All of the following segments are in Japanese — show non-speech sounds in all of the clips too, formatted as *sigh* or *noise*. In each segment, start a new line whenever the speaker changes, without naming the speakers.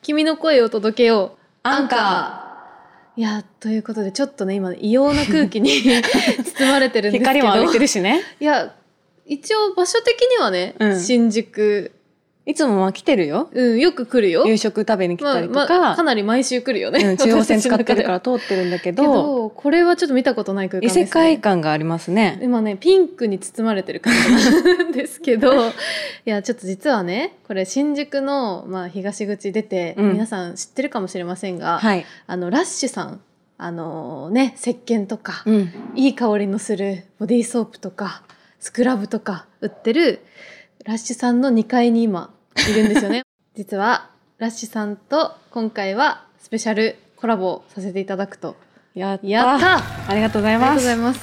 君の声を届けよう。
アンカ
いや、ということで、ちょっとね、今、異様な空
*laughs*
気に包まれてるん
ー
ですけ
光
ど。
も浴びてるしね
いや、一応場所的にはね、
うん
新宿、
いつもまあ来てるよ
うん、よく来るよ。
夕食食べに来たりとか,、
まあ、かなり毎週来るよね。。
うん、中央線使ってるから
*laughs*
ら通ってるんだけ
け
ど
ど、これはちょっと見たことない空間で
異
す、ね。
世界観がありますね
今ねピンクに包まれてる感じなんですけど *laughs* いやちょっと実はねこれ新宿の、まあ、東口出て、
うん
皆さん知ってるかもしれませんが、
はい、
あのラッシュさんあのね石鹸とか、
うん、
いい香りのするボディーソープとかスクラブとか売ってるラッシュさんの2階に今いるんですよ
*laughs*
ね実はラッシュさんと今回はスペシャルコラボをさせていただくと
やった
やった
ありがとうござい
ありがとう
ま
ご
す
ざいます。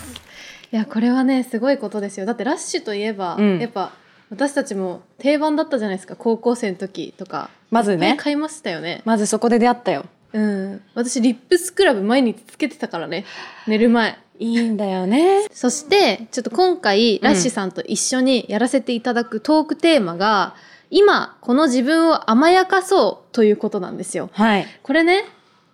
いやこれはねすごいことですよ。だってラッシュといえば、
うん
やっぱ私たちも定番だったじゃないですか高校生の時とか。
まず
いっぱ
ね
い買いましたよね。
まずそこで出会ったよ
うん。私リップスクラブ毎日つけてたからね寝る前。
いいんだよね
そしてちょっと今回ラッシュさんと一緒にやらせていただくトークテーマが、今この自分を甘やかそうということなんですよ。
はい
これね。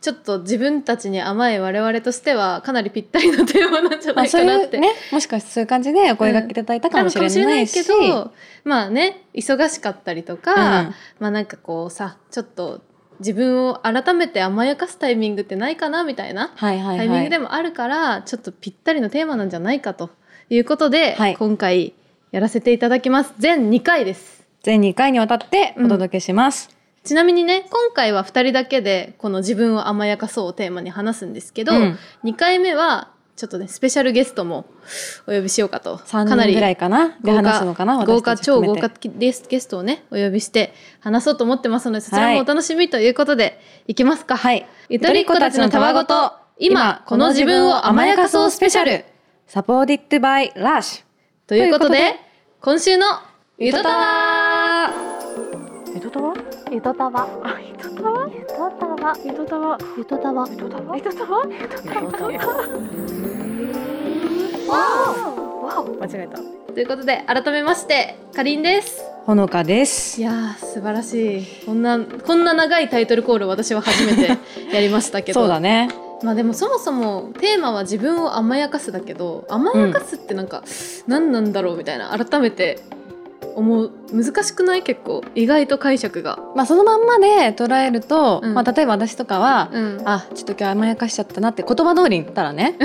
ちょっと自分たちに甘い我々としてはかなりぴったりのテーマなんじゃ
ま
な
あ
い
そう
か
い
なって
うねもしかしてそういう感じでお声がけいただいたかもしれないし、
あるかもしれないけどまあね忙しかったりとか、
うん
まあなんかこうさちょっと自分を改めて甘やかすタイミングってないかなみたいな
はいはい
タ
はい
イミングでもあるから、ちょっとぴったりのテーマなんじゃないかということで、
はい
今回やらせていただきます全2回です。
全2回にわたってお届けします、
ちなみにね今回は2人だけでこの「自分を甘やかそう」をテーマに話すんですけど、
うん
2回目はちょっとねスペシャルゲストもお呼びしようかと
三3人ぐらいかなで
豪華
話すのかな
豪
私
華
たち含
超
め
豪
て
華ゲスゲストをねお呼びして話そうと思ってますのでそちら
はい
もお楽しみということで、い、きますか
はい
ゆとりっ子たちのたわごと今この自分を甘やかそうスペシャル
サポーティッドバイラッシュ
ということで
というこ
今週のゆとたわ
わゆとたわ
ゆとたわ。ゆとたわ。ゆとたわ。ゆとたわ。ゆとたわ。ゆとたわ。ゆとたわ。ゆとたわ。
間違えた
ということで改めましてかりんです
ほのかで
い
す
やー素晴らしいこんなこんな長いタイトルコール私は初めてやりましたけど
そうだね
まあでもそもそもテーマは自分を甘やかすだけど甘やかすってなんか、何なんだろうみたいな改めて思う難しくない結構意外と解釈が。
まあそのまんまで捉えると、
うん
まあ例えば私とかは、
うん、
あちょっと今日甘やかしちゃったなって言葉通りに言った
*laughs*
らね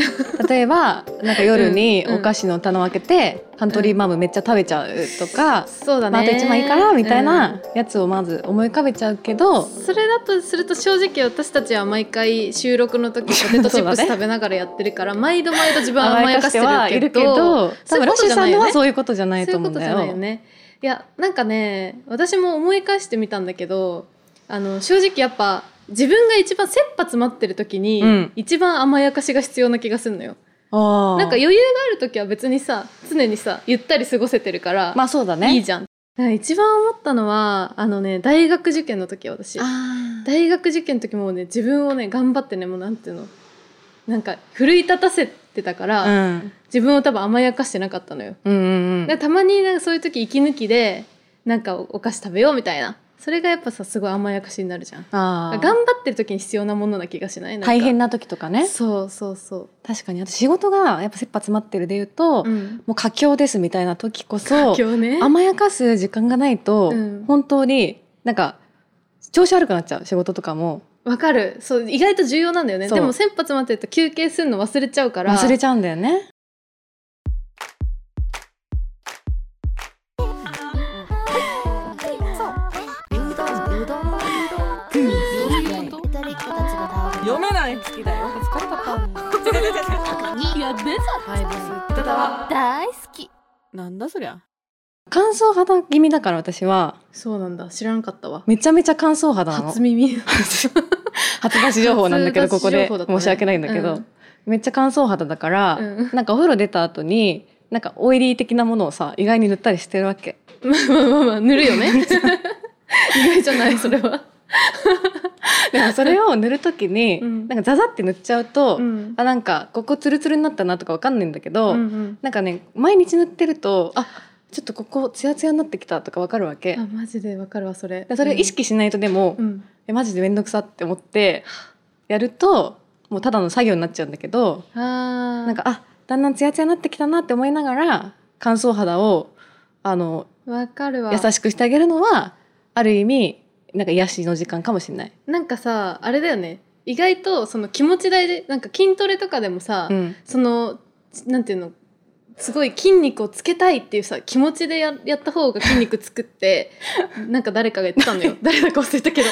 例えばなんか夜に
うんうん
お菓子の棚を開けて、カントリーマアムめっちゃ食べちゃうとか、
そうだね、
まあ、あと1枚いいかなみたいなやつをまず思い浮かべちゃうけ
うん、
ど、
それだとすると正直私たちは毎回収録の時ポテトチップス
そうだね
食べながらやってるから、毎度毎度自分は
甘
甘や
やか
か
して
し
は
て
いる
る
け
けど
ど多分ラッシュさんのはそういうことじゃない
そうい
と
う
思
こと
うん
じ
だ
ゃないよ
よ。
ね。いやなんかね私も思い返してみたんだけどあの正直やっぱ自分が一番切羽詰まってる時に、
うん
一番甘やかしが必要な気がするのよ。
あー
なんか余裕がある時は別にさ常にさゆったり過ごせてるから、
まあそうだね。
いいじゃん。なんか一番思ったのはあのね大学受験の時私
あー
大学受験の時もね自分をね頑張ってねもうなんていうのなんか奮い立たせてたから、
うん
自分を多分甘やかしてなかったのよ。
うんうんう
で
ん
たまになんかそういう時息抜きでなんかおお菓子食べようみたいなそれがやっぱさすごい甘やかしになるじゃん
あ
頑
ー
張ってる時に必要なものな気がしないなんか
大変な時とかね
そうそうそ
確かにあと仕事がやっぱ切羽詰まってるで言うと、
う、うん、
もう佳境ですみたいな時こそ
今日ね
甘やかす時間がないと、
うん
本当になんか調子悪くなっちゃう仕事とかも
わかるそう意外と重要なんだよね
そう
でも先発待ってると休憩するの忘れちゃうから
忘れちゃうんだよね。
読めない好きだよ疲れた
大好き。
なんだそりゃ
乾燥肌気味だから私は
そうなんだ知らんかったわ
めちゃめちゃ乾燥肌なの
初
*laughs*
耳
初出し情報なんだけど
初
こ
出
こ
し情
で
報だったね
申し訳ないんだけど、
うん
めっちゃ乾燥肌だから、
うん
なんかお風呂出た後になんかオイリー的なものをさ意外に塗ったりしてるわ
*laughs*
け
まあまあまあまあ塗るよね意外じゃないそれは、
でもそれを塗る時に、
うん
なんかザザって塗っちゃうと、
ん
あなんかここツルツルになったなとかわかんないんだけど、
うんうん
なんかね毎日塗ってるとあちょっとここツヤツヤになってきたとかわかるわけ
あ、マジでわかるわ、それ。
それ意識しないとでも、
うん。うん。
えマジで面倒くさって思ってやるともうただの作業になっちゃうんだけど
ああ。
なんかあだんだんツヤツヤになってきたなって思いながら乾燥肌をあの
わかるわ。
優しくしてあげるのはある意味なんか癒しの時間かもしれない。
なんかさ、あれだよね。意外とその気持ち大事。なんか筋トレとかでもさ、
うん
その、なんていうの、すごい筋肉をつけたいっていうさ、気持ちでややった方が筋肉つく
*laughs*
って、なんか誰かが言ってたのよ。誰だか忘れたけど。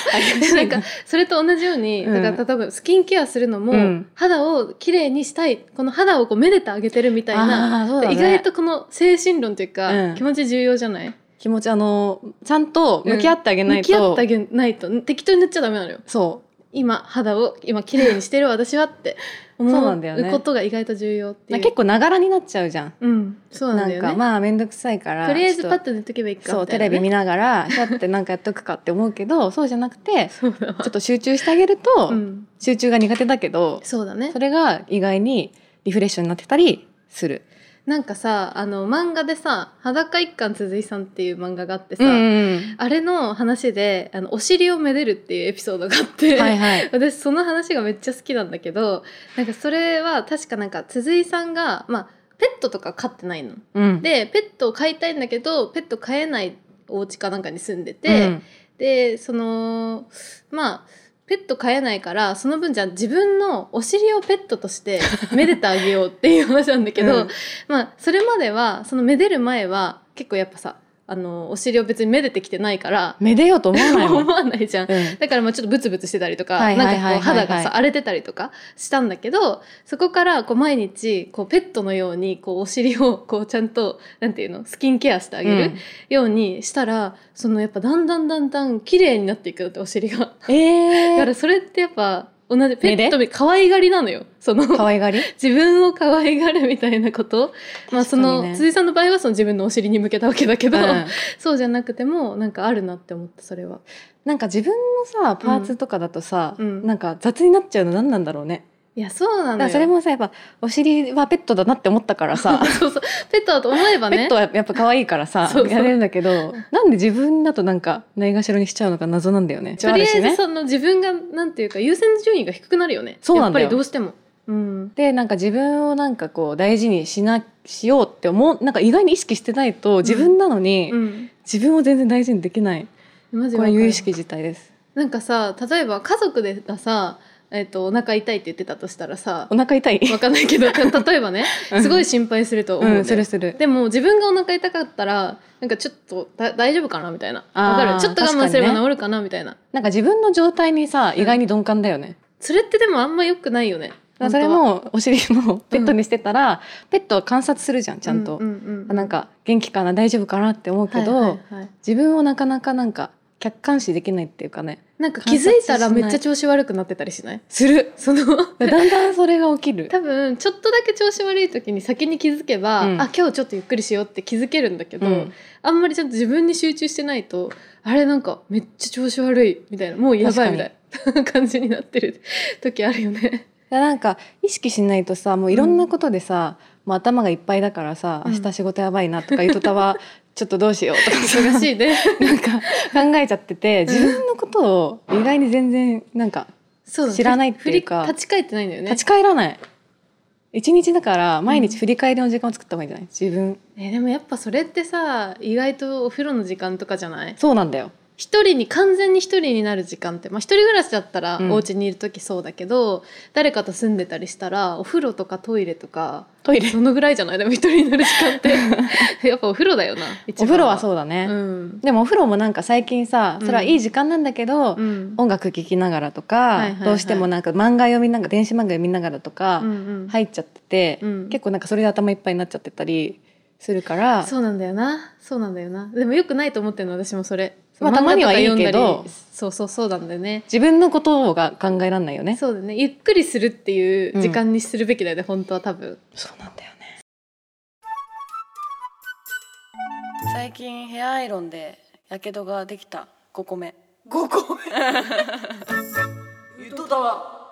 なんか、それと同じように、
うん
だから例えばスキンケアするのも、
うん
肌を綺麗にしたい、この肌をこうめでてあげてるみたいな、
あーそうだね
意外とこの精神論というか、
うん
気持ち重要じゃない
気持ちあのちゃんと向き合ってあげない
向
と、
き合ってあげないと適当に塗っちゃダメなのよ
そ
今肌を今綺麗にしてる私はって思
そうなんだよ
う
ね
ことが意外と重要ってい
うな
う
結構ながらになっちゃうじゃん。
うんそうなんだよね
かまあ面倒くさいから
とりあえず
ちょ
パ
っ
ッと塗っとけばいいか
そう
みた
テ
いな
レビ見
ね
ながらだってなんかやっとくかって思うけどそうじゃなくて
そうだわ
ちょっと集中してあげると、
うん
集中が苦手だけど
そうだね
それが意外にリフレッシュになってたりする。
なんかさあの漫画でさ「裸一貫鈴井さん」っていう漫画があってさ、
うん
あれの話であのお尻をめでるっていうエピソードがあって、
はいはい。
*laughs* 私その話がめっちゃ好きなんだけどなんかそれは確かなんか鈴井さんが、まあ、ペットとか飼ってないの。
うん、
でペットを飼いたいんだけどペット飼えないお家かなんかに住んでて、
うん
でそのまあペット飼えないからその分じゃあ自分のお尻をペットとして
*laughs*
めでてあげようっていう話なんだけど、
うん
まあそれまではそのめでる前は結構やっぱさあのお尻を別にめでてきてないから
めでようと思わないも
*laughs*
ん。
思わないじゃん。
うん
だからまあちょっとブツブツしてたりとか、
はいはいはいは
なんか
い
こう肌がさ荒れてたりとかしたんだけど、そこからこう毎日こうペットのようにこうお尻をこうちゃんとなんていうのスキンケアしてあげ
う
る
ん
ようにしたら、そのやっぱだんだんだんだん綺麗になっていくんだってお尻が。だ
え
か
ー
らそれってやっぱ同じペ
目で
ットみ可愛がりなのよ。その
可愛がり
自分を可愛がるみたいなこと、まあそ
確か
の、
にね
辻さんの場合はその自分のお尻に向けたわけだけど、
うん
そうじゃなくてもなんかあるなって思ったそれは。
なんか自分のさパーツとかだとさ、
うん
なんか雑になっちゃうの何なんだろうね。
いやそうな
だ
ん
か
だよ。
らそれもさやっぱお尻はペットだなって思ったからさ、
*laughs* そうそう。ペットだと思えば
ペ
ね。
ットはやっぱ可愛いからさ
そうそう
やれるんだけどなんで自分だとなんかないがしろにしちゃうのか謎なんだよね。
とりあえ
ね
ずその自分がなんていうか優先順位が低くなるよね。
そうなんだよ
やっぱりどうしても。うん。
でなんか自分をなんかこう大事にしなしようって思うなんか意外に意識してないと自分なのに、
うん。
自分を全然大事にできない
マジ
こ
わか
れ
る
有意識自体です。
なんかさ例えば家族でがさ、えっとお腹痛いって言ってたとしたらさ
お腹痛い。
わかんない
*laughs*
けど例えばね
うん
すごい心配すると思うんだ
う
よ
んするする。
でも自分がお腹痛かったらなんかちょっとだ大丈夫かなみたいな
あー
わかるちょっと我慢すれ
確かに
ば
ね
治るかなみたいな
なんか自分の状態にさ意外に鈍感だよね。
それってでもあんま良くないよね
だからそれ
本
もお尻もペットにしてたら、ペットは観察するじゃんち
当
ゃ
は
んと、
ううう
あなんか元気かな大丈夫かなって思うけど、
はいはいはい
自分をなかなかなんか客観視できないっていうかね
なんか気づいたらめっちゃ調子悪くなってたりしない
する
その
*laughs* だんだんそれが起きる
*laughs* 多分ちょっとだけ調子悪い時に先に気づけば、
うん
あ今日ちょっとゆっくりしようって気づけるんだけど、
うん
あんまりちゃんと自分に集中してないとあれなんかめっちゃ調子悪いみたいなもうやばいみたいな感じになってる *laughs* 時あるよね。
だなんか意識しないとさもういろんなことでさ、もう頭がいっぱいだからさ
うん
明日仕事やばいなとか、ゆとたわ *laughs* ちょっとどうしようとかさ
忙しい
*laughs*
ね。
なんか考えちゃってて自分のことを意外に全然なんか
そうだね
知らないっていうか
振り立ち返ってないんだよね。
立ち返らない一日だから毎日振り返りの時間を作った方がいいんじゃない自分
えでもやっぱそれってさ意外とお風呂の時間とかじゃない
そうなんだよ
一人に完全に一人になる時間って、まあ、一人暮らしだったら
うん
お家にいる時そうだけど、誰かと住んでたりしたらお風呂とかトイレとか
トイレ
そのぐらいじゃないでも一人になる時間って
*laughs*
やっぱお風呂だよな
お風呂は
う
そうだね、
ん、
でもお風呂もなんか最近さ
うん
それはいい時間なんだけど、
うん
音楽聴きながらとか、
いはいはい
どうしてもなんか漫画読みながら電子漫画読みながらとか
うんうん
入っちゃってて、
うん
結構なんかそれで頭いっぱいになっちゃってたりするから
そうなんだよなそうなんだよなでもよくないと思ってるの私もそれ、
まあ
漫画
たまにはいい
とか読んだり
けど
そうそうそうなんだよね
自分のことが考えられないよね
そうだねゆっくりするっていう時間にするべきだよね、本当は多分
そうなんだよね
最近ヘアアイロンでやけどができた5個目
5個目ゆとたわ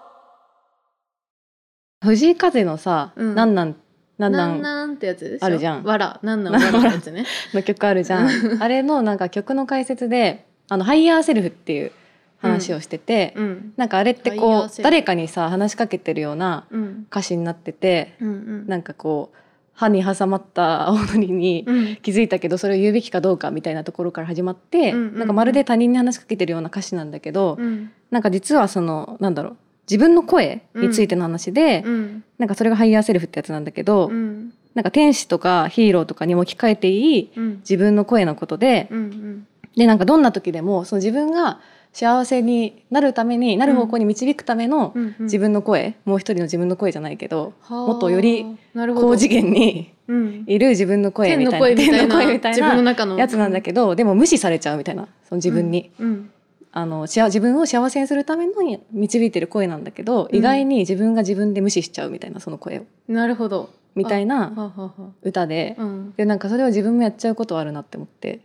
藤井風のさ「
うん
なんなん」っなんな
なん
ん
なんってやつでしょ
あるじゃん
わらなんなんわらってやつね
の曲あるじゃ
*laughs*
んあれのなんか曲の解説で「あのハイヤーセルフ」っていう話をしてて、
うん
なんかあれって
ハイヤー
こ
セルフ
う誰かにさ話しかけてるような
うん
歌詞になってて
うんうん
なんかこう歯に挟まった青のりに
うん
気づいたけどそれを言うべきかどうかみたいなところから始まって、
うんうんうん
なんかまるで他人に話しかけてるような歌詞なんだけど、
うん
なんか実はそのなんだろう自分の声についての話で、
うん
なんかそれがハイヤーセルフってやつなんだけど、
うん
なんか天使とかヒーローとかにも置き換えていい
うん
自分の声のことで、
うんうん
でなんかどんな時でもその自分が幸せになるためになる方向に導くための
うんうん
自分の声、もう一人の自分の声じゃないけど、
はあ
もっとより
なるほど
高次元に
うん
いる自分の声
天
み
の
たいな
声みたい
天の声
な
みたい
自分の
な
中の
やつなんだけど、でも無視されちゃうみたいなその自分に。
うん
あの幸自分を幸せにするための導いてる声なんだけど、
うん
意外に自分が自分で無視しちゃうみたいなその声を
なるほど
みたい
はあ
な
はあは
歌で,、
あうん
でなんかそれを自分もやっちゃうことあるなって思って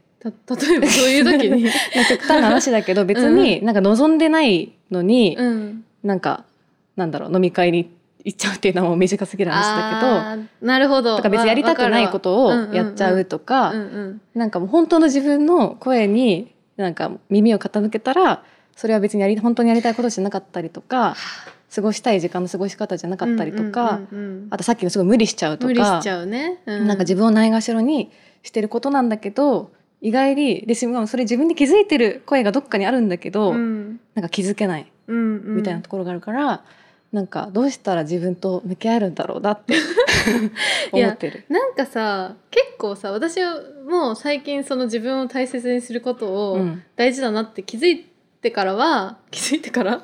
た *laughs* 例えばそういう時
*laughs*
に
なんか極端な話だけど別になんか望んでないのに、
うん
なんかなんだろう飲み会に行っちゃうっていうのはもう短すぎる話だけど。
あーなるほど
とか別にやりたくないことをやっちゃうとか、
うんうん
なんかもう本当の自分の声になんか耳を傾けたらそれは別にやり本当にやりたいことじゃなかったりとか過ごしたい時間の過ごし方じゃなかったりとか、
うんうんうんうん
あとさっきのすごい無理しちゃうと
無理し
か
ちゃうね、う
なんか自分をないがしろにしてることなんだけど意外にでしかもそれ自分で気づいてる声がどっかにあるんだけど、
うん
なんか気づけない
うんうん
みたいなところがあるから、なんかどうしたら自分と向き合えるんだろうなって
*laughs*
思ってる。
なんかさ結構さ私も最近その自分を大切にすること
う
を
ん
大事だなって気づいてからは、気づいてから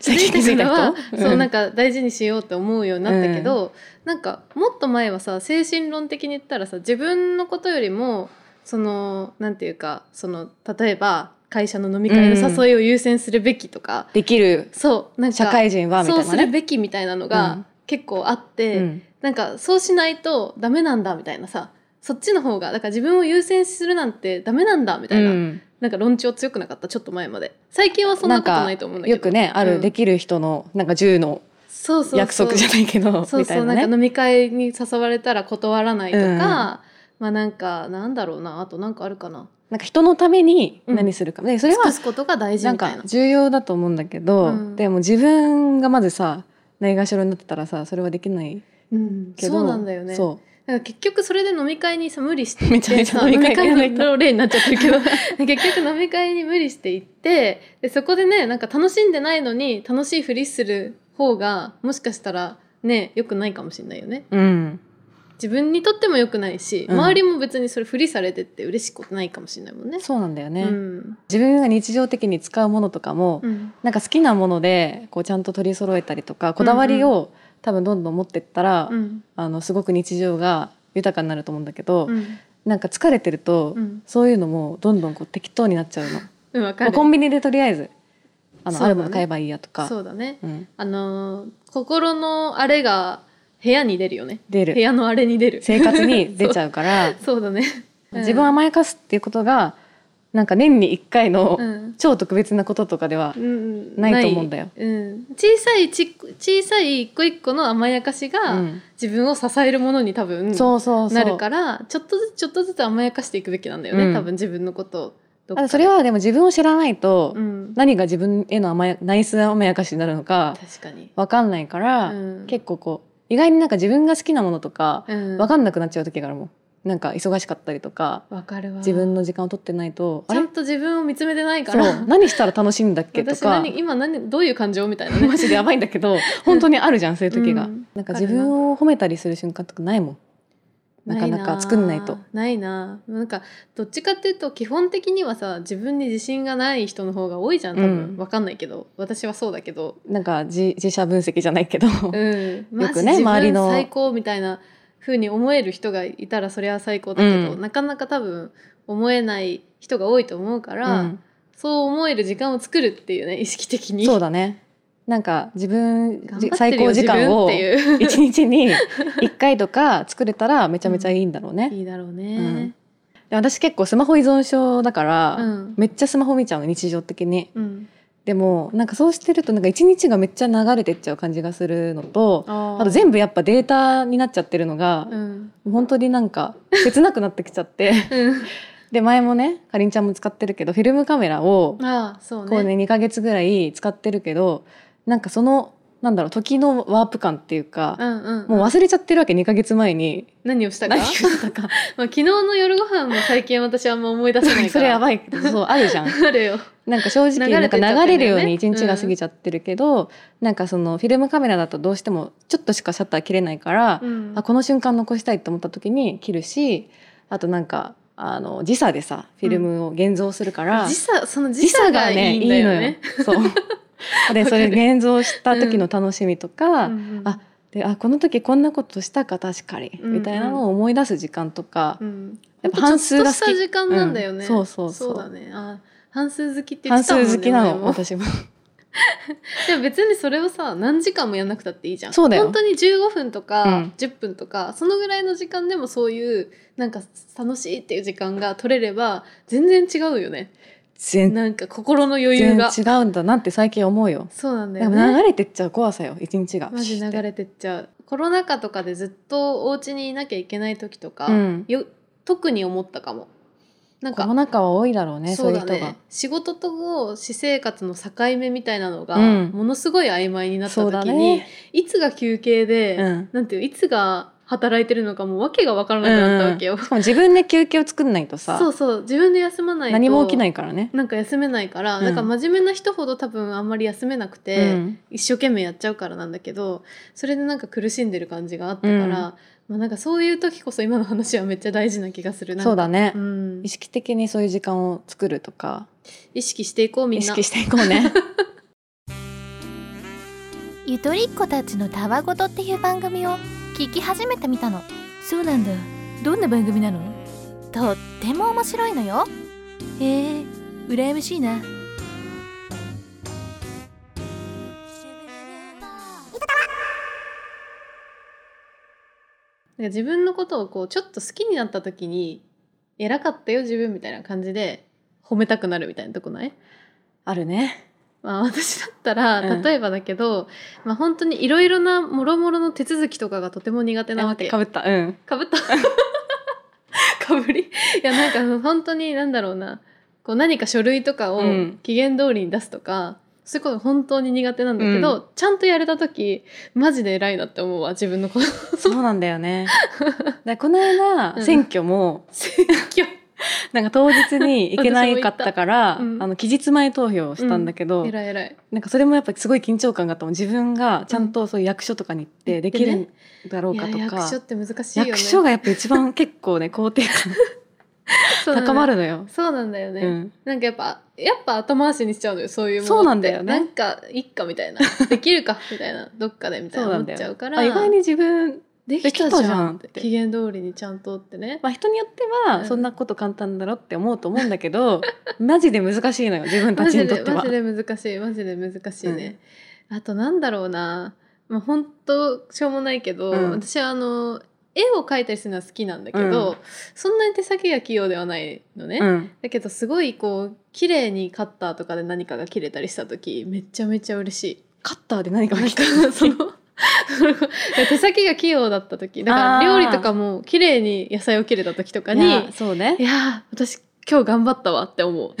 気
最近
づいてからは
気づいた人
そううんなんか大事にしようって思うようになったけど、なんかもっと前はさ精神論的に言ったらさ自分のことよりもそのなんていうかその例えば会社の飲み会の誘いを優先するべきとか、
できる
そうなんか
社会人はみた
そ
い
う
なね。
するべきみたいなの
うん
が結構あって、
うん
なんかそうしないとダメなんだみたいなさそっちの方がだから自分を優先するなんてダメなんだみたいな、
うん
なんか論調強くなかったちょっと前まで最近はそんなこと
なんか
ないと思うんだけど
よくねあ
う
る
ん
できる人のなんか10の
そうそうそう
約束じゃないけど
そう
みた
そ
いうな
なんか
ね
飲み会に誘われたら断らないとか、まあなんかなんだろうなあとなんかあるかな
なんか人のために
うん
何するかでそれ
尽
は
くすことが大事
なん
みたいな
か重要だと思うんだけど
うん
でも自分がまずさないがしろになってたらさそれはできない
うん、
けど
そうなんだよね
そ
なんか結局それで飲み会にさ無理して行
め
っ
ちゃめ
て
ちゃ
さ
飲
飲
み
み
会
会
行かない
の例になっちゃってる *laughs* けど結局飲み会に無理して行ってでそこでねなんか楽しんでないのに楽しいふりする方がもしかしたらね良くないかもしれないよね
ううん
自分にとっても良くないし、
うん
周りも別にそれふりされてって嬉しいことないかもしれないもんね。
そうなんだよ
う
ね
ん
自分が日常的に使うものとかも
うん
なんか好きなものでこうちゃんと取り揃えたりとかこだわりを多分どんどん持ってったら
うん
あのすごく日常が豊かになると思うんだけど
うん
なんか疲れてると
うん
そういうのもどんどんこう適当になっちゃうの。
うんわか
まあ
る
コンビニでとりあえずあの、
そうだね
アルバム買えばいいやとか
そうだね
うん、
あのー心のあれが部屋に出るよね
出
部
る
屋のあれに出る
生活に出ちゃうから
そうだね、 *laughs* うん
*laughs* 自分を甘やかすっていうことがなんか年に1回の
うん
超特別なこととかでは
うん
ないと思うんだよ。
うん、小さいちっ小さい一個一個の甘やかし
う
が、
ん
自分を支えるものに多分
そうそうそう
なるからちょっとずつちょっとずつ甘やかしていくべきなんだよね、
うん
多分自分のことをどっか
あ
で
それはでも自分を知らないと、
うん、
何が自分への甘やナイス甘やかしになるのか
確かに、
わかんないから、
うん
結構こう意外になんか自分が好きなものとか
うん、
わかんなくなっちゃう時があるもん。なんか忙しかったりとか
わかるわ
自分の時間を取ってないとあ
ちゃ
れ
んと自分を見つめてないか
そう
ら
何したら楽しいんだっけと
私
か
何今何どういう感情みたいなね
マジでやばいんだ
*laughs*
けど本当にあるじゃんそういう時が、
うん
なんか自分を褒めたりする瞬間とかないもんなかなか作んないと
ないななんかどっちかっていうと基本的にはさ自分に自信がない人の方が多いじゃん多分、
うん
わかんないけど私はそうだけど
なんか自自社分析じゃないけど、
うん、
よく
マ
ね
ジ
周りの
自分最高みたいな風に思える人がいたらそれは最高だけど、
うん
なかなか多分思えない人が多いと思うから、
うん
そう思える時間を作るっていうね意識的に
そうだねなんか自分
頑張
じ
って
最
るよ
高時間を
自分っていう
一日に1回とか作れたらめちゃめちゃいいんだろう *laughs* ね、
いいだろう
うん
ね。
で私結構スマホ依存症だから、
うん
めっちゃスマホ見ちゃうの日常的に
うん
でもなんかそうしてるとなんか一日がめっちゃ流れてっちゃう感じがするのと
あ
あと全部やっぱデータになっちゃってるのが、
部うん
本当になんか切なくなってきちゃって
*laughs*
で前もねかりんちゃんも使ってるけどフィルムカメラを
ああそうね
こうね2ヶ月ぐらい使ってるけどなんかそのなんだろう時のワープ感っていうか
う、んうん、
もう忘れちゃってるわけ2ヶ月前に
何をしたか
何をしてたか
*laughs* まあ、昨日の夜ご飯も最近私あんま思い出せないから
それやば
い
いそうあるじゃ
*laughs*
ん。
あるよ
なんか正直
流
な
れ
んか
てっちゃってん
流
だよね
れるように一日が過ぎちゃってるけど、なんかそのフィルムカメラだとどうしてもちょっとしかシャッター切れないから、
うん
あこの瞬間残したいと思った時に切るしあとなんかあの時差でさフィルムを現像するから、
時差その時差がいいんだよね
いいのよ
*laughs*
そうでそれ現像した時の楽しみとか、
うんうん
あであこの時こんなことしたか確かに、
うんうん
みたいなのを思い出す時間とか、
うん、
やっぱ半数が好き
ほんとちょっとした時間なんだよね、
うんそうそうそう
だねあ半数好きって言っ
半
てたもんね
数好きな
前
の
も
私も
でも別にそれをさ何時間もやんなくたっていいじゃん
そうだよ
本当に15分とか、
うん
10分とかそのぐらいの時間でもそういうなんか楽しいっていう時間が取れれば全然違うよね
全
なんか心の余裕
全
が
然違うんだなって最近思うよ。
そうなんだ
で
よ
も
ね
流れてっちゃう怖さよ一日が。
マジ流れてっちゃうコロナ禍とかでずっとお家にいなきゃいけない時とか、
うん
よ特に思ったかもなん
コ
か
ロナ禍は多いだろうねそう
そうだ
いう人
ね
が。
仕事と私生活の境目みたいなのが、
うん
ものすごい曖昧になった
そうだ
時に、
ね。
いつが休憩で、
うん。
なんていういつが働いてるのかもう訳が分からなくなったわけよ、
うんしかも自分で休憩を作んないとさ
そうそう自分で休まないと
何も起きないからね。
なんか休めないから、
うん
なんか真面目な人ほど多分あんまり休めなくて、
うん
一生懸命やっちゃうからなんだけどそれでなんか苦しんでる感じがあったから、
うん
まあ、なんかそういう時こそ今の話はめっちゃ大事な気がするなんか
そうだね
う。ん
意、識的にそういう時間を作るとか
意識していこうみ
意
んな
識していこ
*laughs*
うね。
ゆとりっ子たちのたわごとっていう番組を聞き始めてみたのそうなんだどんな番組なのとっても面白いのよへえ羨ましいな
なんか自分のことをこうちょっと好きになった時に偉かったよ自分みたいな感じで褒めたくなるみたいなとこない
あるね。
まあ、私だったら
うん
例えばだけど、まあ、本当にいろいろなもろもろの手続きとかがとても苦手なわけ
かぶった。うん。
*laughs* かぶったかぶりいやなんか本当に何だろうなこう何か書類とかを
うん
期限通りに出すとか、そういうことが本当に苦手なんだけど、
う
ちゃんとやれた時マジで偉いなって思うわ自分のこと
そうなんだよね。
*laughs*
でこの間、
うん
選挙もなんか当日に行けないかったから
*laughs* 私も行ったうん
あの期日前投票をしたんだけど、
偉い偉い
なんかそれもやっぱすごい緊張感があったもん自分がちゃんとそういう役所とかに行ってできるんだろう
い
か
や
とか、
役所って難しいよね
役所がやっぱ一番結構ね肯定
そうな
感
んだ
高まるのよ。
*laughs* そうなんだよね、
うん、
なんかやっぱやっぱ後回しにしちゃうのよそういうものって
そうなんだよね
なんかいっかみた
*laughs*
いなできるかみたいなどっかでみたいな思っちゃうから
あ意外に自分、
で
で
き
きた
た
じ
じ
ゃん
ゃんっ
って
て期限通りにちゃんとってね
まあ、人によって
う
は
ん
そんなこと簡単だろって思うと思うんだけ
*laughs*
ど、マジで難しいのよ自分た
マ
ち
ジ
にとっ
で
て
マ
は
ジ。で難しいマジで難しいね、あとなんだろうなまあ本当しょうもないけど、
うん
私はあの絵を描いたりするのは好きなんだけど、
うん
そんなに手先が器用ではないのね、
うん、
だけどすごいこう綺麗にカッターとかで何かが切れたりした時めちゃめちゃ嬉し
*laughs*
い
カッターで何か
なん
起き
か *laughs*
た
その手先が器用だった時だから
あー
料理とかも綺麗に野菜を切れた時とかにい
い
や
やそうね。
ー私今日頑張ったわって
*laughs*
思う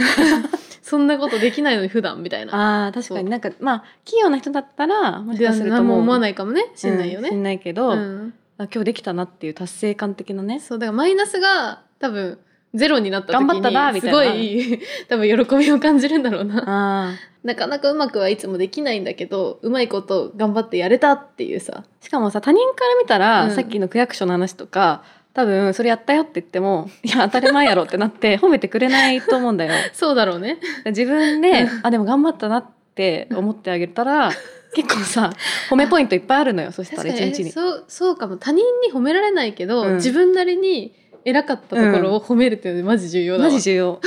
そんなことできないのに普段みたいな
ああ確かになんかまあ器用な人だったらもし
普
かす
段
ると
何も思わ
い
ないかもねしんないよね、
しんないけ
う
ど、
ん
あ今日できたなっていう達成感的なね
そうだからマイナスが多分ゼロになった時に
頑張ったなみたいな
すごい *laughs* 多分喜びを感じるんだろうな
あ
なかなかうまくはいつもできないんだけどうまいこと頑張ってやれたっていうさ
ーしかもさ他人から見たら、
うん
さっきの区役所の話とか多分それやったよって言ってもいや当たり前やろってなって褒めてくれないと思うんだよ
そうだろうね
自分であでも頑張ったなって思ってあげ
*laughs*
たら結構さ褒めポイントいっぱいあるのよそしたら一日に
そうそうかも他人に褒められないけど、
うん
自分なりに偉かったところを褒めるっていうのマジ重要だわ、
マジ重
*laughs*
要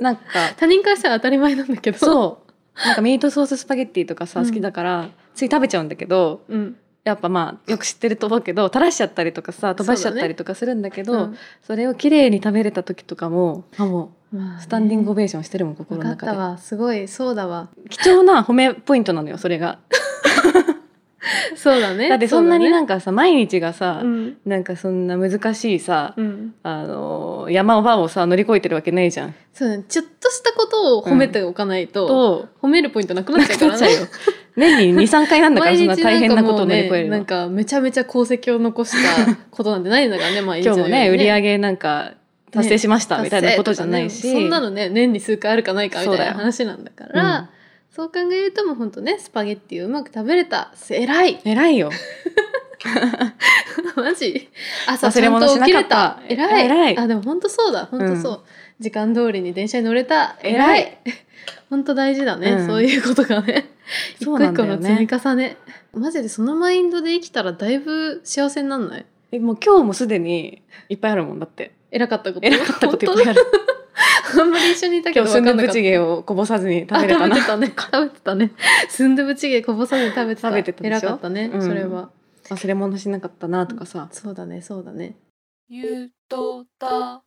なんか
他人からしたら当たり前なんだけど
そうなんかミートソーススパゲッティとかさ
うん
好きだから、つい食べちゃうんだけど
う、ん、
やっぱまあよく知ってると思うけど垂らしちゃったりとかさ飛ばしちゃったりとかするんだけどそれを綺麗に食べれた時とかもあもうスタンディングオ
ベ
ベーションしてるもん心
よ
の
かっ
中
た
で
わすごいそうだわ
貴重な褒めポイントなのよそれが
そうだね
だってそんなに
うだ
な
ね
んかさ毎日がさ、
うん
なんかそんな難しいさ、
うん
あの山を場をさ乗り越えてるわけないじゃん。
そうだねちょっとしたことを褒めておかないと、
と
褒めるポイントなくな
な
っ
く
ちゃ
な
う
っ
から
*laughs* ち
ね
ゃうよ。年に23回なんだからそんな大変なことを乗り
毎日
越える
な
の
んかもうねなんかめちゃめちゃ功績を残したことなんて
*laughs*
ないんだからね毎日
今日もね売り上
げ
げなんか達成しましたみたいなことじゃないし、
そんなのね年に数回あるかないかみたい
そうだ
な
よ
話なんだから
うん
そう考えるともうほんとねスパゲッティをうまく食べれた偉い *laughs*
偉いよ
マジ朝
忘
ち
れ
ゃん
物
と
し
起
な
き
か
れ
ったた
偉い
偉い
あでもほんとそうだほんとそう、時間通りに電車に乗れた偉
偉
い *laughs*
い
ほんと大事だね、
うん
そういうことがね一
そう
個一
なん
個
だよ
の
ね
積み重ねマジでそのマインドで生きたらだいぶ幸せになんない
えもう今日もすでにいっぱいあるもんだって
偉かったこと
偉かったこといっ
本
ぱいある
当ねあんまり一緒にいたけ
今
ど
日
分かん
スン
なかった
ドゥブチゲをこぼさずに食べれた
あ
な
食べてたね食べてたねスンドゥブチゲこぼさずに食べてた
食べてたでしょ
偉かったね、
うん
それは
忘れ物しなかったなとかさ
そうだねそうだね
ゆとたわ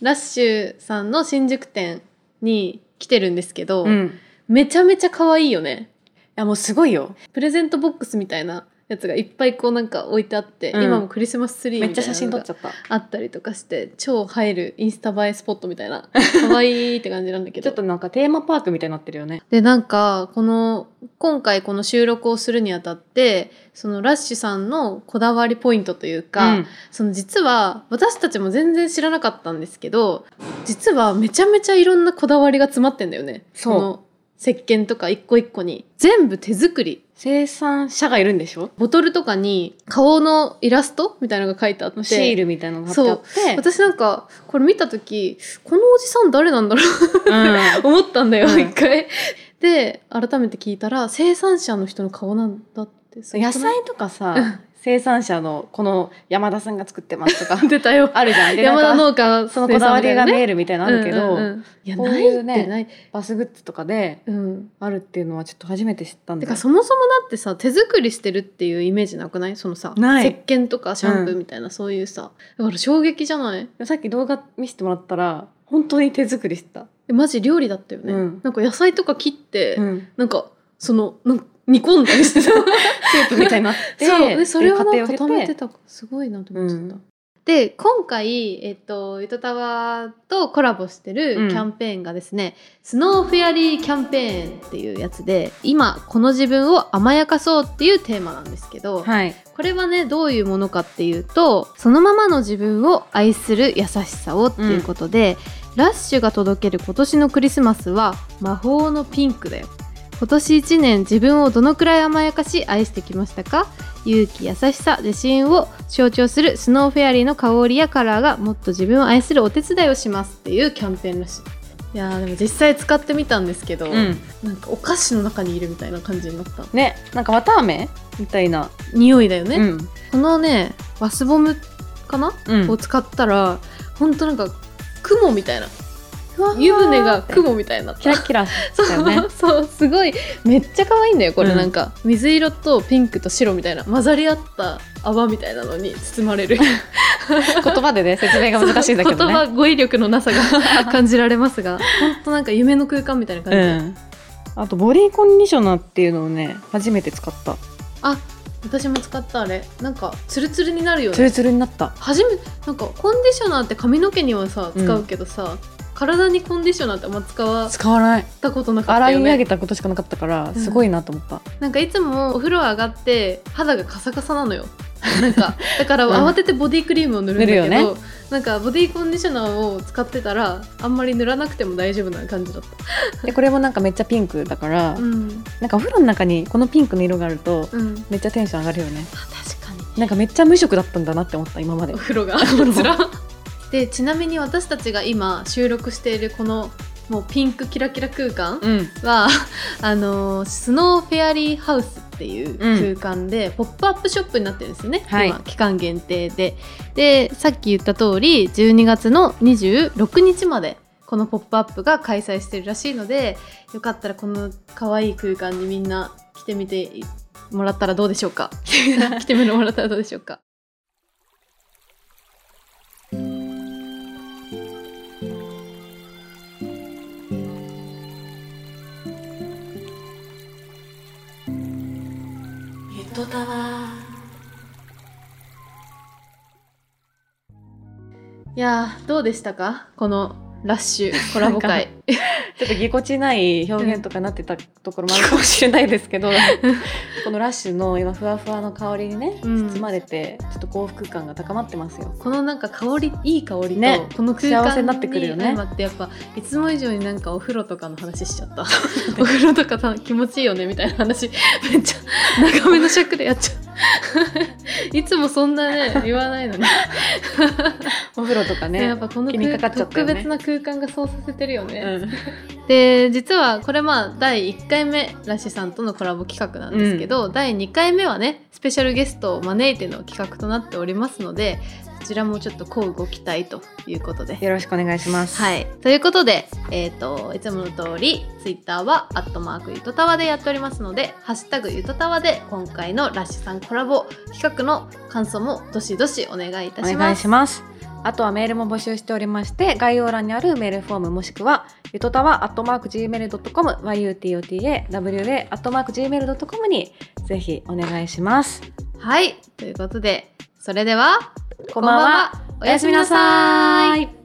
ラッシュさんの新宿店に来てるんですけど、
うんい
めちゃめちゃ可愛いよね
やもうすごいよ
プレゼントボックスみたいなやつがいっぱいこうなんか置いてあって、
うん
今もクリスマスツリー
めっ
み
ち
た
ゃ
いな
写真
の
撮っ
が
ちゃった
あったりとかして超入るインスタ映えスポットみたい
*laughs*
な可愛いって感じなんだけ
ちょ
ど
っとなんかテーマパークみたいになってるよね
でなんかこの今回この収録をするにあたってそのラッシュさんのこだわりポイントというか、
うん
その実は私たちも全然知らなかったんですけど実はめちゃめちゃいろんなこだわりが詰まってんだよね
そう
の石鹸とか一個一個に全部手作り
生産者がいるんでしょ
ボトルとかに顔のイラストみたいなのが書いてあって
シールみたいなのが貼ってあって
私なんかこれ見た時このおじさん誰なんだろう
うん
思ったんだよ、
うん
一回。 *laughs* で改めて聞いたら生産者の人の顔なんだってすごくな
野
い
菜とか
う
さ
ん
生産者のこの山田さんが作ってます
*laughs*
とか
出たよ
あるじゃんで
山田
なんか
農家
そのこだわりが見
ね
えるみたいなのあるけ
う
ど、
んうんうんいや
こう
ない
い
って
うね
ない、
バスグッズとかで
うん、
あるっていうのはちょっと初めて知ったん
て
だ
かそもそもだってさ手作りしてるっていうイメージなくないそのさ
ない
石鹸とかシャンプーみたいな、そういうさだから衝撃じゃない
さっき動画見せてもらったら本当に手作りしてた、
えマジ料理だったよね、
うん
なんか野菜とか切って、
うん、
なんかそのなんか煮込んだりしてた
スープみたいになっ
*laughs*
て
そうでそれは
で
なんか
家
貯
庭を経
めてたすごいなと思っちゃった、
うん
で今回、えっと、ゆとたわとコラボして
う
る
ん
キャンペーンがですね、スノーフェアリーキャンペーンっていうやつで今この自分を甘やかそうっていうテーマなんですけど、
はい
これはねどういうものかっていうとそのままの自分を愛する優しさをっていうことで、ラッシュが届ける今年のクリスマスは魔法のピンクだよ今年1年自分をどのくらい甘やかし愛してきましたか勇気優しさ自信を象徴するスノーフェアリーの香りやカラーがもっと自分を愛するお手伝いをしますっていうキャンペーンらしいいやーでも実際使ってみたんですけど、
うん
なんかお菓子の中にいるみたいな感じになった
ねなんか綿あめみたいな、
匂いだよね、
うん
このねバスボムかな、
うん
を使ったらほんとなんか雲みたいな
わー
湯船が雲みたいになった
キラキラしたよね
*laughs* そうそうすごいめっちゃ可愛いんだよこれ
うん
なんか、水色とピンクと白みたいな混ざり合った泡みたいなのに包まれる
言葉でね説明が難しいんだけど
言葉
ね
語彙力のなさが
*laughs*
感じられますがほんとなんか夢の空間みたいな感じ、
うんあとボディコンディショナーっていうのをね初めて使った
あ私も使ったあれなんかツルツルになるよ
ツル
ね
ツルになった
初めなんかコンディショナーって髪の毛にはさ使うけどさ、体にコンディショナーってあんま使わ
使わない
ったことなかった
洗
よ
い上げ
ね
たことしかなかったから
ん
すごいなと思 *laughs* った、
なんかいつもお風呂上がって肌がカサカサなのよなん *laughs* かだから
うん
慌ててボディクリームを塗るんだけど、
塗るよ
なんかボディコンディショナーを使ってたらあんまり塗らなくても大丈夫な感じだった
でこれもなんかめっちゃピンクだから、
うん
なんかお風呂の中にこのピンクの色があると
うん
めっちゃテンション上がるよね
確かに
なんかめっちゃ無色だったんだなって思った今ま
*laughs*
で
お風呂がこちらでちなみに私たちが今収録しているこのもうピンクキラキラ空間、
うん
は *laughs* あのスノーフェアリーハウスっていう空間で、ポップアップショップになってるんですよね、
はい
今期間限定ででさっき言った通り12月の26日までこの「ポップアップが開催してるらしいのでよかったらこの可愛い空間にみんな来てみてもらったらどうでしょうか *laughs* 来てみてもらったらどうでしょうか
ヘッドタワー
いやーどうでしたかこのラッシュコラボ会
ちょっとぎこちない表現とかなってたところもあるかもしれないですけ *laughs* どこのラッシュの今ふわふわの香りにね
うん
包まれてちょっと幸福感が高まってますよ。
このなんか香りいい香りと、
ね
この空
幸せ
間
になってくるよね
に相まってやっぱいつも以上になんかお風呂とかの話しちゃ
*laughs*
ったお風呂とかさ気持ちいいよねみたいな話 *laughs* めっちゃ長めの尺でやっちゃう *laughs* いつもそんなね言わないのに
お風呂とかね。
やっぱこの
気に
空
かかっちゃった
特
よね
別な空間がそうさせてるよね、
うん
で実はこれまあ第1回目ラッシュさんとのコラボ企画なんですけど、第2回目はねスペシャルゲストを招いての企画となっておりますのでそちらもちょっと乞うご期待ということで。
よろしくお願いします。
はい、ということで、えー、といつもの通りツイッターは「アットマークゆとたわ」でやっておりますので「ハッシュタグゆとたわ」で今回のラッシュさんコラボ企画の感想もどしどしお願いいたし
お願
ま
い
す
し。ます。あとはメールも募集しておりまして、概要欄にあるメールフォームもしくは、ゆとたわ、アットマーク Gmail.com、yutota、wa、アットマーク Gmail.com に、ぜひお願いします。
はいということでそれでは
こんばんは。
おやすみなさい
い。